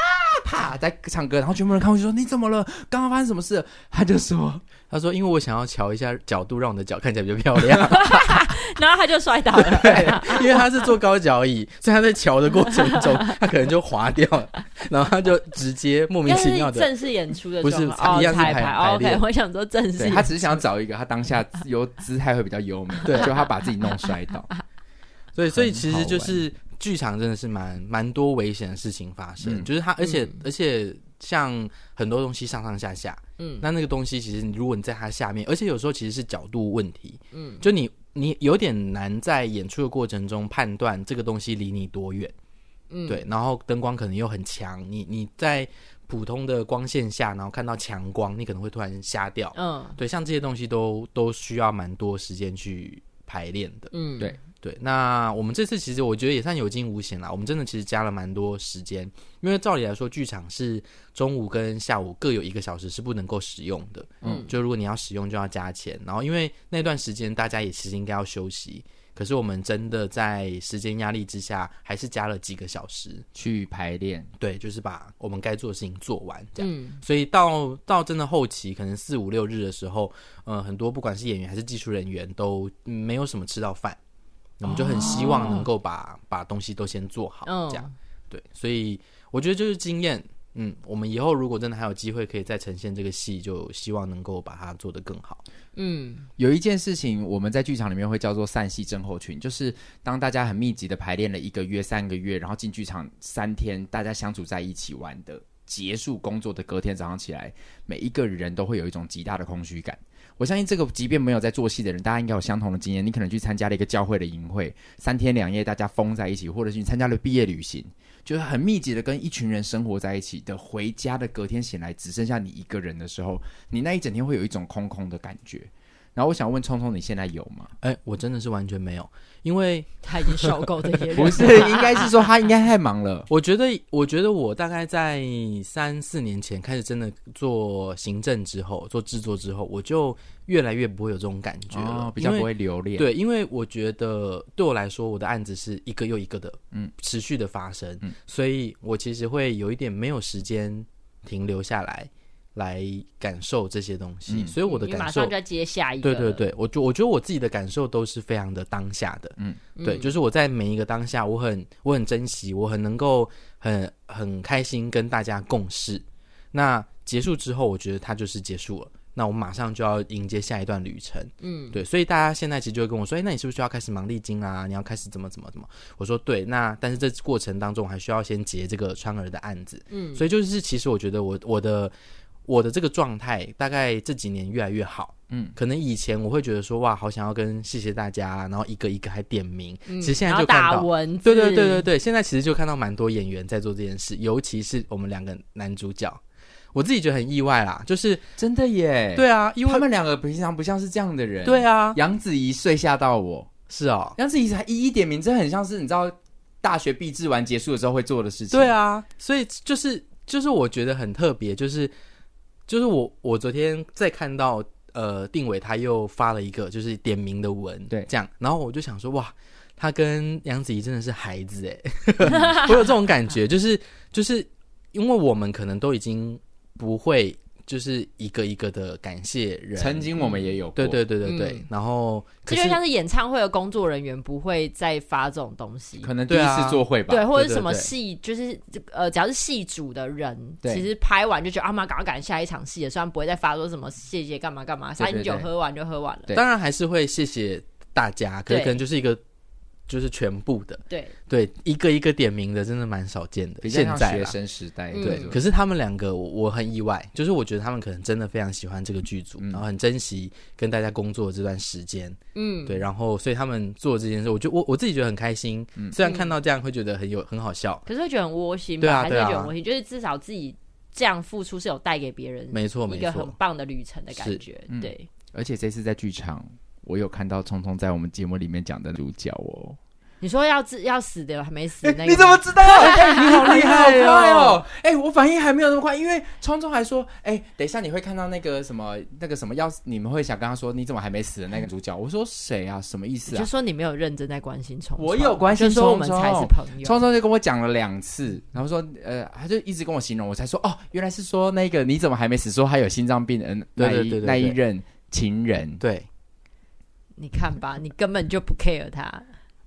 S1: 啪在唱歌，然后全部人看过去说你怎么了？刚刚发生什么事？他就说
S2: 他说：“因为我想要瞧一下角度，让我的脚看起来比较漂亮。。
S3: 然后他就摔倒了
S2: 对，因为他是坐高脚椅，所以他在瞧的过程中，他可能就滑掉了，然后他就直接 莫名
S3: 但
S2: 其
S3: 是
S2: 妙的。
S3: 正式演出的
S2: 不是
S3: 状况
S2: 一
S3: 哦，
S2: 样是
S3: 彩
S2: 排
S3: 排
S2: 排
S3: 哦 OK，
S2: 练
S3: 我想说正式
S1: 对
S3: 演
S1: 他只是想找一个他当下自由姿态会比较优美，对，就他把自己弄摔倒。
S2: 对，所以
S1: 很
S2: 其
S1: 好
S2: 实就
S1: 玩
S2: 是剧场真的是蛮蛮多危险的事情发生，
S1: 嗯
S2: 就是他，而且、而且像很多东西上上下下，
S3: 嗯
S2: 嗯，那那个东西其实你如果你在它下面，而且有时候其实是角度问题，
S3: 嗯
S2: 嗯，就你你有点难在演出的过程中判断这个东西离你多远，
S3: 嗯
S2: 对，然后灯光可能又很强，你你在普通的光线下，然后看到强光，你可能会突然瞎掉，
S3: 嗯
S2: 对，像这些东西都都需要蛮多时间去排练的。
S3: 嗯，
S1: 对
S2: 对，那我们这次其实我觉得也算有惊无险啦。我们真的其实加了蛮多时间，因为照理来说，剧场是中午跟下午各有一个小时是不能够使用的。
S3: 嗯
S2: 嗯，就如果你要使用就要加钱，然后因为那段时间大家也其实应该要休息，可是我们真的在时间压力之下，还是加了几个小时。
S1: 去排练，
S2: 对，就是把我们该做的事情做完，这样。
S3: 嗯
S2: 所以到到真的后期，可能四五六日的时候，呃，很多不管是演员还是技术人员都嗯没有什么吃到饭，我们就很希望能够把、把东西都先做好，
S3: 嗯
S2: 这样对。所以我觉得就是经验，嗯，我们以后如果真的还有机会可以再呈现这个戏，就希望能够把它做得更好。
S3: 嗯
S1: 有一件事情，我们在剧场里面会叫做散戏症候群，就是当大家很密集的排练了一个月、三个月，然后进剧场三天，大家相处在一起玩的，结束工作的隔天早上起来，每一个人都会有一种极大的空虚感。我相信这个，即便没有在做戏的人，大家应该有相同的经验。你可能去参加了一个教会的营会，三天两夜大家疯在一起，或者是你参加了毕业旅行，就是很密集的跟一群人生活在一起的。回家的隔天醒来只剩下你一个人的时候，你那一整天会有一种空空的感觉。然后我想问聪聪，你现在有吗？
S2: 哎，我真的是完全没有，因为
S3: 他已经受够这些人，
S1: 不是， 应该是说他应该太忙了。
S2: 我觉得，我觉得我大概在三四年前开始真的做行政之后，做制作之后，我就越来越不会有这种感觉了，
S1: 哦比较
S2: 因为
S1: 不会留恋。，
S2: 对，因为我觉得对我来说，我的案子是一个又一个的，
S1: 嗯
S2: 嗯，持续的发生，
S1: 嗯
S2: 所以我其实会有一点没有时间停留下来，来感受这些东西，
S1: 嗯
S2: 所以我的
S3: 你马
S2: 感
S3: 上
S2: 受
S3: 就。要接下一个，
S2: 对对，对，我觉我觉得我自己的感受都是非常的当下的，
S1: 嗯
S2: 嗯，对，就是我在每一个当下，我很我很珍惜，我很能够很很开心跟大家共事。那结束之后，我觉得它就是结束了，那我马上就要迎接下一段旅程，
S3: 嗯
S2: 对，所以大家现在其实就会跟我说，哎、那你是不是要开始忙历经啊？你要开始怎么怎么怎么？我说对，那但是这过程当中，我还需要先结这个川儿的案子，
S3: 嗯
S2: 所以就是其实我觉得我我的我的这个状态，大概这几年越来越好。
S1: 嗯，
S2: 可能以前我会觉得说，哇，好想要跟谢谢大家，然后一个一个还点名，
S3: 嗯
S2: 其实现
S3: 然
S2: 在
S3: 后
S2: 就看
S3: 打
S2: 到。
S3: 文字，
S2: 对对对对对，现在其实就看到蛮多演员在做这件事，尤其是我们两个男主角，我自己觉得很意外啦，就是
S1: 真的耶。，
S2: 对啊，因为
S1: 他们两个平常不像是这样的人。
S2: 对，啊，
S1: 杨子怡睡吓到我。
S2: 是哦，
S1: 杨子怡才一一点名，这很像是你知道大学毕制完结束的时候会做的事情。
S2: 对，啊，所以就是就是我觉得很特别，就是就是我我昨天在看到呃定伟他又发了一个就是点名的文，
S1: 对
S2: 这样，然后我就想说哇，他跟杨子怡真的是孩子哎， 我有这种感觉，就是就是因为我们可能都已经不会就是一个一个的感谢人，
S1: 曾经我们也有过。
S2: 对对对对对，
S3: 嗯
S2: 然后
S3: 这
S2: 可是
S3: 就像是演唱会的工作人员不会再发这种东西，
S1: 可能第一
S2: 对啊
S1: 次做会吧。
S3: 对，或者是
S2: 对
S3: 什么
S2: 对
S3: 戏，就是呃，只要是戏组的人，
S1: 对
S3: 其实拍完就觉得啊妈，赶快赶下一场戏了，虽然不会再发说什么谢谢干嘛干嘛，
S1: 对对
S3: 三九
S1: 对
S3: 喝完就喝完了，
S1: 对
S2: 当然还是会谢谢大家，可是
S3: 对
S2: 可能就是一个就是全部的。
S3: 对，
S2: 对，一个一个点名的真的蛮少见的，
S1: 比较
S2: 现
S1: 像
S2: 在
S1: 学
S2: 啦
S1: 生时代。
S3: 嗯
S2: 对，
S1: 对
S2: 可是他们两个我我很意外，就是我觉得他们可能真的非常喜欢这个剧组，
S1: 嗯
S2: 然后很珍惜跟大家工作的这段时间，
S3: 嗯，
S2: 对，然后所以他们做这件事，我就我我自己觉得很开心，
S1: 嗯
S2: 虽然看到这样会觉得很有很好笑，
S3: 可是会觉得很窝心吧，
S2: 对啊
S3: 还是会
S2: 对啊
S3: 觉得很窝心，就是至少自己这样付出是有带给别人
S2: 没错
S3: 一
S2: 没
S3: 个很
S2: 错，
S3: 棒的旅程的感觉，
S1: 嗯
S3: 对，
S1: 而且这次在剧场，我有看到聪聪在我们节目里面讲的主角哦。
S3: 你说要自要死的还没死那个，
S1: 哎你怎么知 道？哎你好厉害
S2: 哦
S1: 快哦！哎、我反应还没有那么快，因为聪聪还说，哎、等一下你会看到那个什么那个什么，要你们会想跟他说，你怎么还没死的那个主角？我说谁啊？什么意思
S3: 就
S1: 啊？
S3: 说你没有认真在关心虫虫，
S1: 我有关心
S3: 就说我
S1: 虫
S3: 们
S1: 虫
S3: 才是朋友，
S1: 聪聪就跟我讲了两次，然后说，呃，他就一直跟我形容，我才说，哦，原来是说那个你怎么还没死？说他有心脏病的呃那一
S2: 对对对对对
S1: 那一任情人，
S2: 对，
S3: 你看吧，你根本就不 care 他，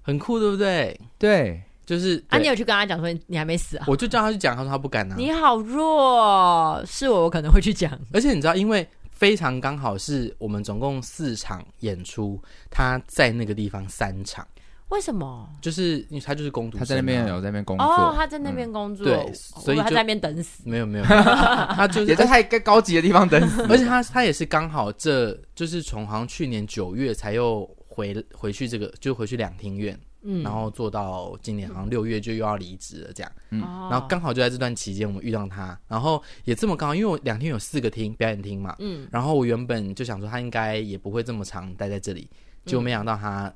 S2: 很酷对不对？
S1: 对，
S2: 就是
S3: 啊，
S2: 对
S3: 你有去跟他讲说你你还没死啊？
S2: 我就叫他去讲，他说他不敢啊，
S3: 你好弱，是我，我可能会去讲。
S2: 而且你知道，因为非常刚好是我们总共四场演出，他在那个地方三场。
S3: 为什么？
S2: 就是因为他就是攻读生啊、
S1: 他在那边有在那边工作，
S2: 啊
S3: 哦，他在那边工作，
S2: 对
S3: 我以为
S2: 所以
S3: 他
S2: 就
S3: 在那边等死。
S2: 没 有没有，没有他就
S1: 也
S2: 是
S1: 在太更高级的地方等死。
S2: 而且他他也是刚好这就是从好像去年九月才又回回去这个，就回去两厅院，
S3: 嗯
S2: 然后做到今年好像六月就又要离职了这样。
S3: 哦
S2: 然后刚好就在这段期间我们遇到他，然后也这么刚好，因为我两天有四个厅表演厅嘛，
S3: 嗯，
S2: 然后我原本就想说他应该也不会这么长待在这
S1: 嗯
S2: 里，结果没想到他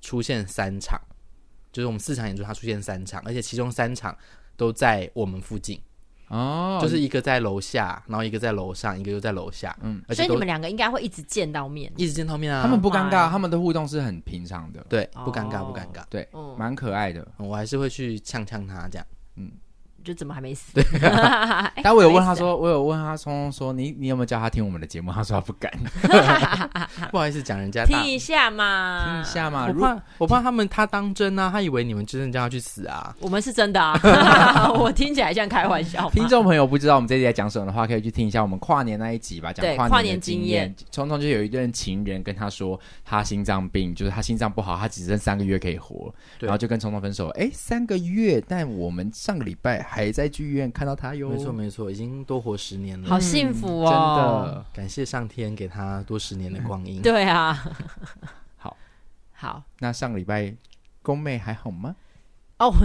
S2: 出现三场，就是我们四场演出他出现三场，而且其中三场都在我们附近。
S1: 哦，
S2: 就是一个在楼下，然后一个在楼上，一个又在楼下，嗯，而
S3: 所
S2: 且
S3: 以你
S2: 都
S3: 们两个应该会一直见到面。
S2: 一直见到面啊，
S1: 他们不尴尬，
S3: 哦
S1: 他们的互动是很平常的，
S2: 对
S3: 哦
S2: 不尴尬不尴尬，
S1: 对
S3: 嗯，
S1: 蛮可爱的。
S2: 我还是会去呛呛他这样，
S3: 就怎么还没死？ 哎
S1: 但我有问他，说，我有问他聪聪说，你你有没有叫他听我们的节目？ 他说他不敢，
S2: 不好意思讲人家
S3: 还没死
S2: 大
S3: 听。一下嘛，
S1: 听一。下嘛。
S2: 我
S1: 如果
S2: 怕，啊我怕他们他当真啊，他以为你们真的叫他去死啊。
S3: 我们是真的啊，我听起来像开玩笑嘛。
S1: 听众朋友不知道我们这集在讲什么的话，可以去听一下我们跨年那一集吧，讲
S3: 对
S1: 跨
S3: 跨
S1: 年的
S3: 年
S1: 经
S3: 经
S1: 验
S3: 验。
S1: 聪聪就有一任情人跟他说，他心脏病，就是他心脏不好，他只剩三个月可以活，
S2: 对
S1: 然后就跟聪聪分手。哎，三个月，但我们上个礼拜还在剧院看到他哟。嗯
S2: 没错没错，已经多活十年
S3: 好
S2: 了，
S3: 幸福
S1: 真
S3: 哦！
S1: 的。
S2: 感谢上天给他多十年的光阴。
S3: 对啊，
S1: 好
S3: 好
S1: 那上个礼拜宫妹还好吗？
S3: 哦，我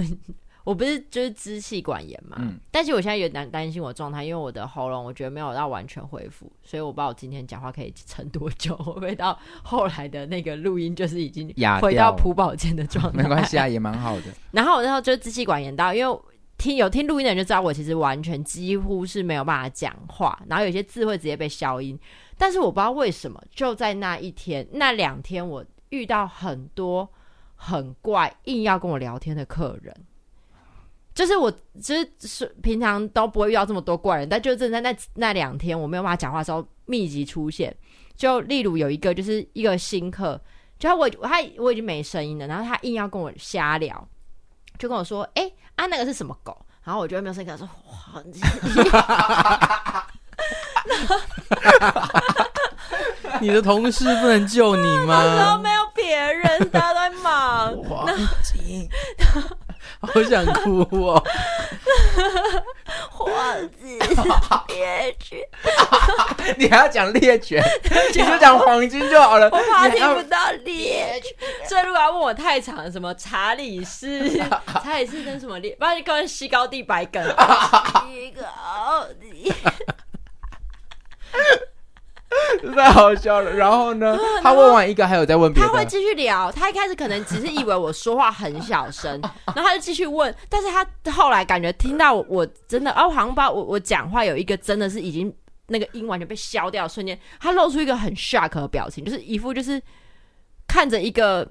S3: 我不是就是支气管炎嘛，
S1: 嗯
S3: 但是我现在有点担担心我状态，因为我的喉咙我觉得没有到完全恢复，所以我不知道我今天讲话可以撑多久， 会不会到后来的那个录音就是已经
S1: 哑
S3: 回
S1: 掉
S3: 到
S1: 了
S3: 朴宝剑的状态？
S1: 没关系啊，也蛮好的。
S3: 然后我那时候就是支气管炎到，因为听有听录音的人就知道，我其实完全几乎是没有办法讲话，然后有些字会直接被消音。但是我不知道为什么，就在那一天、那两天，我遇到很多很怪硬要跟我聊天的客人。就是我，就是是平常都不会遇到这么多怪人，但就正在那那两天我没有办法讲话的时候，密集出现。就例如有一个，就是一个新客，就他我他我已经没声音了，然后他硬要跟我瞎聊，就跟我说：“哎、啊，那个是什么狗？”然后我就会没有声音跟他说：“哇，你
S2: 你的同事不能救你 吗？
S3: 没有别人，大家都在忙。
S2: 好想哭哦！
S3: 幌子别去，
S1: 你还要讲猎 犬，你就讲黄金就好了。
S3: 我怕
S1: 你
S3: 听
S1: 还要
S3: 不到猎犬。所以如果要问我太长的什么查理士， 查理士跟什么猎，不然就跟西高地白梗。西高地，
S1: 太好笑了。然后 呢，他问完一个，还有在问别
S3: 他会
S1: 的。
S3: 继续聊。他一开始可能只是以为我说话很小 声，
S1: 哦
S3: 然后他就继续问。但是他后来感觉听到我，我真的哦，好像把我我讲话有一个真的是已经那个音完全被消掉的瞬间，他露出一个很 shock 的表情，就是一副就是看着一个嘖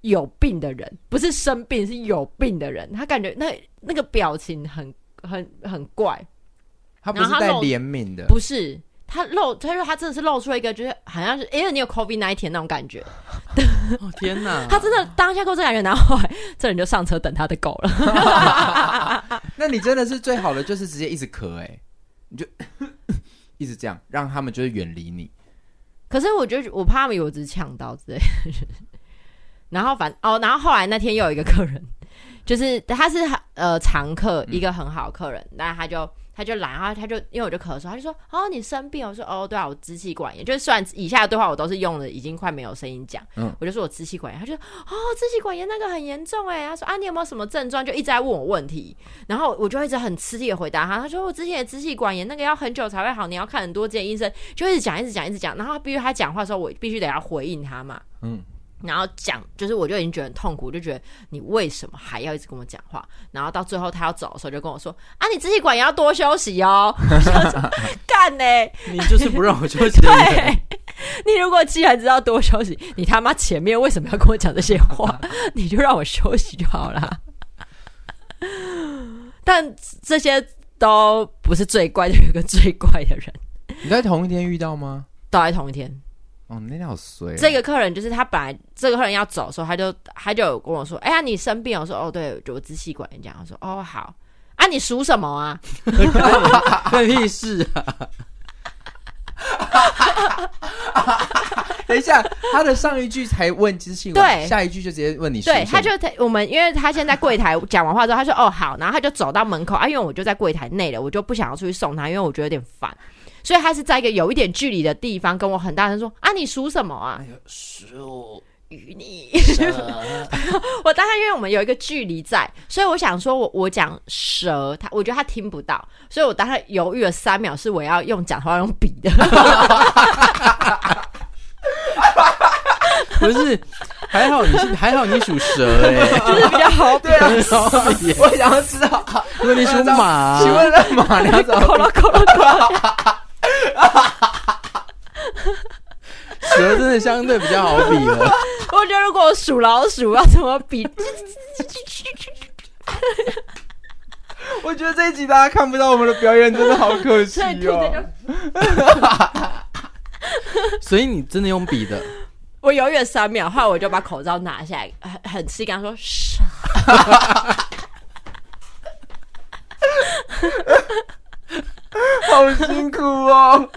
S3: 有病的人，不是生病是有病的人，他感觉那那个表情很很很怪。
S1: 他不是带怜悯的，
S3: 不是，他露，他说他真的是露出了一个，就是好像是，哎、你有 COVID 那一天那种感觉。
S2: 哦天哪，
S3: 他真的当下给我这感觉，然后后来这人就上车等他的狗了。
S1: 那你真的是最好的，就是直接一直咳，哎，你就 一直这样，让他们就是远离你。
S3: 可是我觉得我怕他们以为我只是呛到之类的。然后反哦，然后后来那天又有一个客人，就是他是呃常客，一个很好的客人，那、他就他就来，然后他就因为我就咳嗽，他就说哦你生病，我说哦对啊，我支气管炎，就是虽然以下的对话我都是用的已经快没有声音讲，
S1: 嗯
S3: 我就说我支气管炎，他就说哦支气管炎那个很严重哎，他说啊你有没有什么症状，就一直在问我问题，然后我就一直很吃力的回答他，他说我之前的支气管炎那个要很久才会好，你要看很多间医生，就一直讲一直讲一直讲，然后必须他讲话的时候我必须得要回应他嘛，
S1: 嗯
S3: 然后讲，就是我就已经觉得很痛苦，我就觉得你为什么还要一直跟我讲话？然后到最后他要走的时候，就跟我说：“啊，你支气管也要多休息哦。” 我想说干呢、欸
S2: 你就是不让我休息的人。
S3: 你如果既然知道多休息，你他妈前面为什么要跟我讲这些话？你就让我休息就好啦。但这些都不是最怪的，有一个最怪的人，
S1: 你在同一天遇到吗？
S3: 都在同一天。
S1: 哦，那天好衰哦。
S3: 这个客人就是他本来这个客人要走的时候，他就他就有跟我说：“哎呀，你生病哦？”我说：“哦，对，我支气管炎。”这样，我说：“哦，好啊，你属什么啊
S2: 关你屁事啊！
S1: 等一下，他的上一句才问知性完，
S3: 对
S1: 下一句就直接问你是
S3: 对，
S1: 什么
S3: 他就我们，因为他先在柜台讲完话之后，他说哦好，然后他就走到门口啊，因为我就在柜台内了，我就不想要出去送他，因为我觉得有点烦，所以他是在一个有一点距离的地方跟我很大声说啊，你属什么啊？
S4: 十五
S3: 与你，
S4: 蛇，
S3: 我当然因为我们有一个距离在，所以我想说我我讲蛇，他我觉得他听不到，所以我当然犹豫了三秒，是我要用讲话用笔的，
S2: 不是，还好你是还好你属蛇哎、
S3: 就是比较好
S1: 对啊，
S2: 很好耶
S1: 我想要知道，
S2: 如果你属
S3: 啊
S2: 马，
S1: 请问那马你要怎么？
S3: 口了口了口了，
S2: 蛇真的相对比较好比 了。
S3: 我觉得如果我属老鼠要怎么比？
S1: 我觉得这一集大家看不到我们的表演，真的好可惜
S3: 所以兔子就
S1: 哦。
S2: 所以你真的用比的，
S3: 我犹豫了三秒，后来我就把口罩拿下来，很很气，跟他说：“傻。
S1: 好辛苦哦，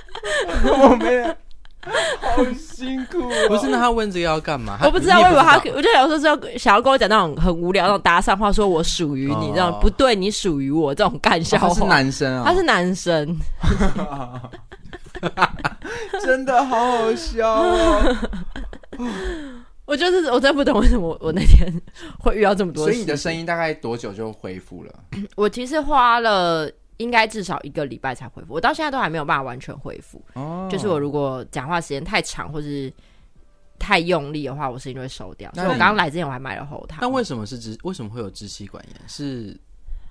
S1: 我们好辛苦、哦。
S2: 不是？那他问这个要干嘛？”他
S3: 啊我不知道，
S2: 你
S3: 我
S2: 也
S3: 以为他
S2: 不知，道
S3: 我就想说是要想要跟我讲那种很无聊那种搭讪话，说我属于你
S2: 哦
S3: 这种，不对，你属于我这种干笑
S1: 他
S3: 话。
S1: 是男生啊、
S3: 他是男生，
S1: 真的好好笑、哦。
S3: 我就是我真不懂为什么我我那天会遇到这么多
S1: 所
S3: 事。
S1: 以你的声，音大概多久就恢复了？
S3: 我其实花了应该至少一个礼拜才恢复，我到现在都还没有办法完全恢复。
S1: 哦
S3: 就是我如果讲话时间太长或是太用力的话，我声音就会收掉。
S1: 那
S3: 所以我
S1: 你
S3: 刚刚来之前我还买了喉糖。
S2: 那为什么是支？为什么会有支气管炎？是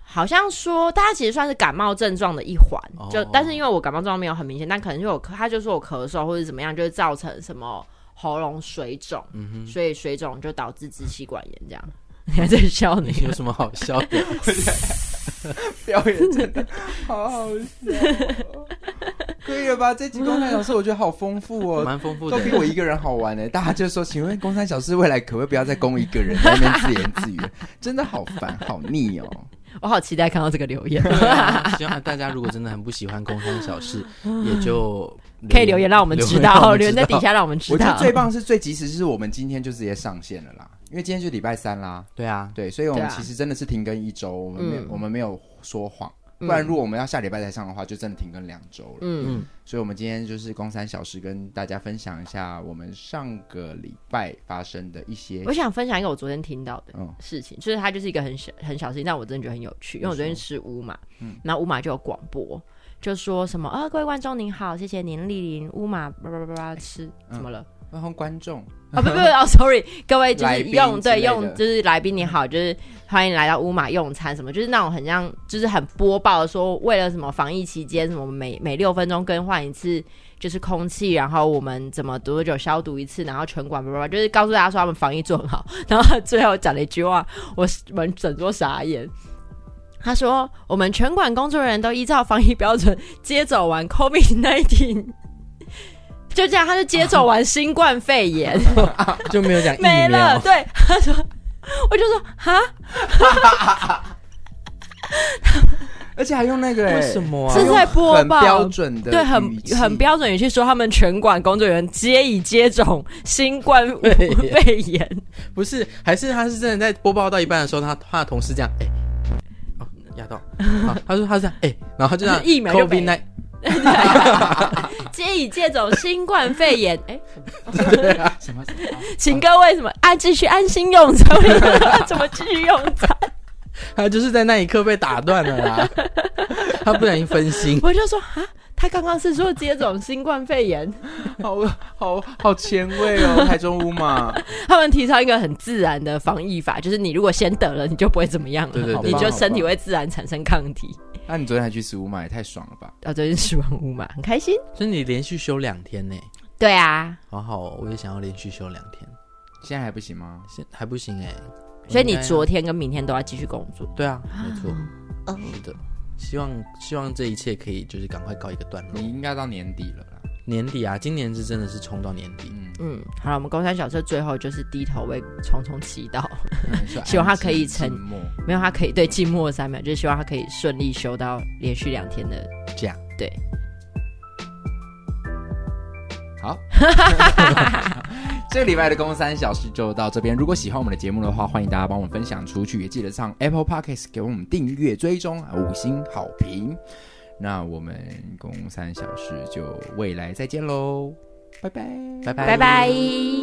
S3: 好像说，大家其实算是感冒症状的一环，
S2: 哦
S3: 就但是因为我感冒症状没有很明显，但可能就有咳他就说我咳嗽或者怎么样，就会造成什么喉咙水肿，所以水肿就导致支气管炎这样。你还在笑你？
S2: 有什么好笑的？
S1: 表演真的好好笑、哦，可以了吧？这集公开小事我觉得好丰富哦，
S2: 蛮丰富
S1: 都
S2: 的。
S1: 比我一个人好玩呢、大家就说，请问公山小事未来可不可以不要再供一个 人在那边自言自语？真的好烦，好腻哦。
S3: 我好期待看到这个留言，
S2: 对啊希望大家如果真的很不喜欢工商小 事，也就
S3: 可以留言让我们知道，留言在底。
S2: 让我们知
S3: 下让我们
S1: 我
S3: 知
S1: 觉得
S3: 道。
S1: 最棒是最及时，是我们今天就直接上线了啦，因为今天就礼拜三啦，
S2: 对啊，
S1: 对，所以我们
S3: 对啊
S1: 其实真的是停更一周，我们没有、
S3: 嗯
S1: 我们没有说谎，不然如果我们要下礼拜才上的话，就真的停更两周了。
S3: 嗯，
S2: 嗯，
S1: 所以我们今天就是公三小时跟大家分享一下我们上个礼拜发生的一些
S3: 我，想分享一个我昨天听到的
S1: 嗯
S3: 事情，就是它就是一个很小很小事情，但我真的觉得很有趣，因为我昨天吃乌马，
S1: 嗯
S3: 然后乌马就有广播，就说什么啊，各位观众您好，谢谢您莅临乌马，叭叭叭叭吃，怎么了？
S1: 然后观众
S3: 啊、不不不哦，sorry，各位就
S1: 来
S3: 是
S1: 宾
S3: 用
S1: 之
S3: 对
S1: 类的
S3: 用就是来宾你好，就是欢迎来到乌马用餐什么，就是那种很像就是很播报说为了什么防疫期间什么每每六分钟更换一次就是空气，然后我们怎么多久消毒一次，然后全馆叭叭叭，就是告诉大家说他们防疫做很好，然后他最后讲了一句话，我们整座傻眼。他说：“我们全馆工作人员都依照防疫标准接走完 COVID-19，就这样，他就接走完新冠肺炎。”
S2: 就没有讲疫
S3: 没了。
S2: 苗。
S3: 对， 他说，我就说哈，
S1: 而且还用那个、欸，
S2: 为什么啊
S3: 这？是在播
S1: 很
S3: 报
S1: 标准的
S3: 对，很
S1: 语气
S3: 很标准语气说他们全馆工作人员皆已接种新冠 肺炎。
S2: 不是，还是他是真的在播报到一半的时候，他他的同事这样，哎、哦，压到，好他说他是这样，哎、然后他就这样
S3: 疫苗就
S2: COVID
S3: 没
S2: n
S3: 皆已 接种新冠肺炎，哎、
S1: 什么？
S3: 请各位什么啊，继续安心用 餐，我就不知道怎么继续用餐？
S2: 他就是在那一刻被打断了啦， 他不小心分心，
S3: 我就说啊，他刚刚是说接种新冠肺炎，
S1: 好好好前卫 哦，台中屋嘛，
S3: 他们提倡一个很自然的防疫法，就是你如果先得了，你就不会怎么样了，
S2: 对对对
S1: 好
S3: 你
S1: 棒
S3: 就
S1: 好
S3: 身体
S1: 棒
S3: 会自然产生抗体。
S1: 那、你昨天还去食物嘛，也太爽了吧！
S3: 啊，最近吃完乌马，很开心。
S2: 所以你连续休两天呢、
S3: 对啊，
S2: 好好哦、我也想要连续休两天，
S1: 现在还不行吗？
S2: 现还不行哎、
S3: 所以你
S2: 应该
S3: 昨天哦跟明天都要继续工作。
S2: 对啊，没错，是的，希望希望这一切可以就是赶快告一个段落
S1: 你。应该到年底了啦。
S2: 年底啊，今年是真的是冲到年底，
S1: 嗯，
S3: 嗯，好了，我们工山小车最后就是低头为虫虫祈祷，
S1: 说
S3: 希望他可以
S1: 安静
S3: 成
S1: 寂寞
S3: 没有他可以对静默三秒，就是希望他可以顺利休到连续两天的
S2: 这样。
S3: 对。
S1: 好，这个礼拜的公三小事就到这边。如果喜欢我们的节目的话，欢迎大家帮我们分享出去，也记得上 Apple Podcast 给我们订阅、追踪、五星好评。那我们公三小事就未来再见喽，拜拜，拜拜
S3: 拜拜。